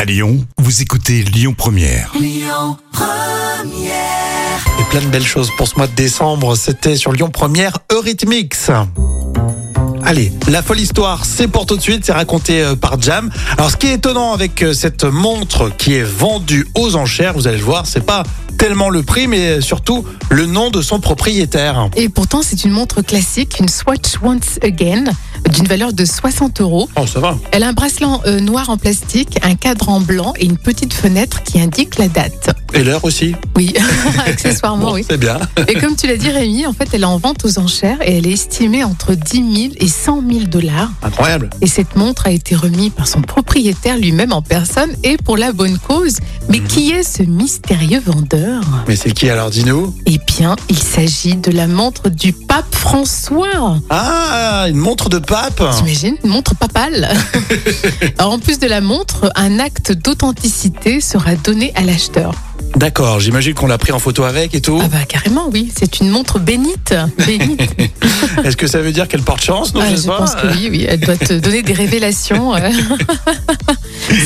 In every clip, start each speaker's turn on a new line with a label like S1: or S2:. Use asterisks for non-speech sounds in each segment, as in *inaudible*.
S1: À Lyon, vous écoutez Lyon Première.
S2: Et plein de belles choses pour ce mois de décembre. C'était sur Lyon Première Eurythmics. Allez, la folle histoire, c'est pour tout de suite, c'est raconté euh, par Jam. Alors, ce qui est étonnant avec euh, cette montre qui est vendue aux enchères, vous allez le voir, c'est pas tellement le prix, mais surtout le nom de son propriétaire.
S3: Et pourtant, c'est une montre classique, une Swatch Once Again, d'une valeur de 60 euros.
S2: Oh, ça va.
S3: Elle a un bracelet euh, noir en plastique, un cadran blanc et une petite fenêtre qui indique la date.
S2: Et l'heure aussi.
S3: Oui, *laughs* accessoirement,
S2: Bon,
S3: oui.
S2: C'est bien.
S3: Et comme tu l'as dit, Rémi, en fait, elle est en vente aux enchères et elle est estimée entre 10 000 et 100 000 dollars.
S2: Incroyable.
S3: Et cette montre a été remise par son propriétaire lui-même en personne et pour la bonne cause. Mais qui est ce mystérieux vendeur
S2: Mais c'est qui alors, dis-nous
S3: Eh bien, il s'agit de la montre du pape François.
S2: Ah, une montre de pape.
S3: T'imagines Une montre
S2: *laughs*
S3: papale. Alors, en plus de la montre, un acte d'authenticité sera donné à l'acheteur.
S2: D'accord, j'imagine qu'on l'a pris en photo avec et tout.
S3: Ah bah carrément, oui. C'est une montre bénite. Bénite.
S2: Est-ce que ça veut dire qu'elle porte chance *laughs* Non,
S3: Ah,
S2: je
S3: je
S2: sais pas.
S3: pense que oui, oui. Elle doit te donner des révélations.
S2: *laughs*
S3: euh.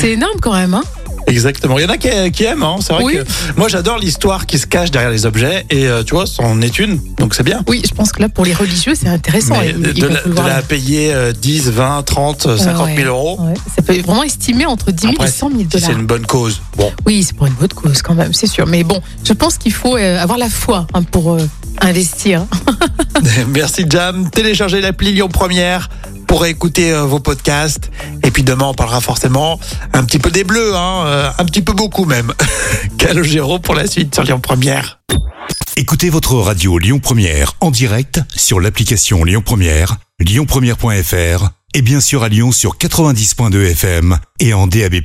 S3: C'est énorme quand même. Hein
S2: Exactement. Il y en a qui, qui aiment, hein. c'est vrai
S3: Oui.
S2: que moi j'adore l'histoire qui se cache derrière les objets et euh, tu vois, c'en est une, donc c'est bien.
S3: oui, je pense que là, pour les religieux, c'est intéressant.
S2: Mais
S3: Ils- ils
S2: de,
S3: vont
S2: la, de
S3: vouloir
S2: la payer euh, 10, 20, 30, 50 000 euros,
S3: Ouais, ça peut vraiment estimer entre 10 000
S2: Après,
S3: et 100 000
S2: si c'est
S3: dollars.
S2: une bonne cause. Bon, *laughs*
S3: Oui, c'est pour une bonne cause quand même, c'est sûr. Mais bon, je pense qu'il faut euh, avoir la foi hein, pour euh, investir.
S2: merci Jam. Téléchargez l'appli Lyon Première pour écouter euh, vos podcasts. Et puis demain, on parlera forcément un petit peu des bleus, hein, euh, un petit peu beaucoup même. *laughs* Calogero pour la suite sur Lyon Première.
S1: Écoutez votre radio Lyon Première en direct sur l'application Lyon Première, lyonpremière.fr et bien sûr à Lyon sur 90.2 FM et en DAB+.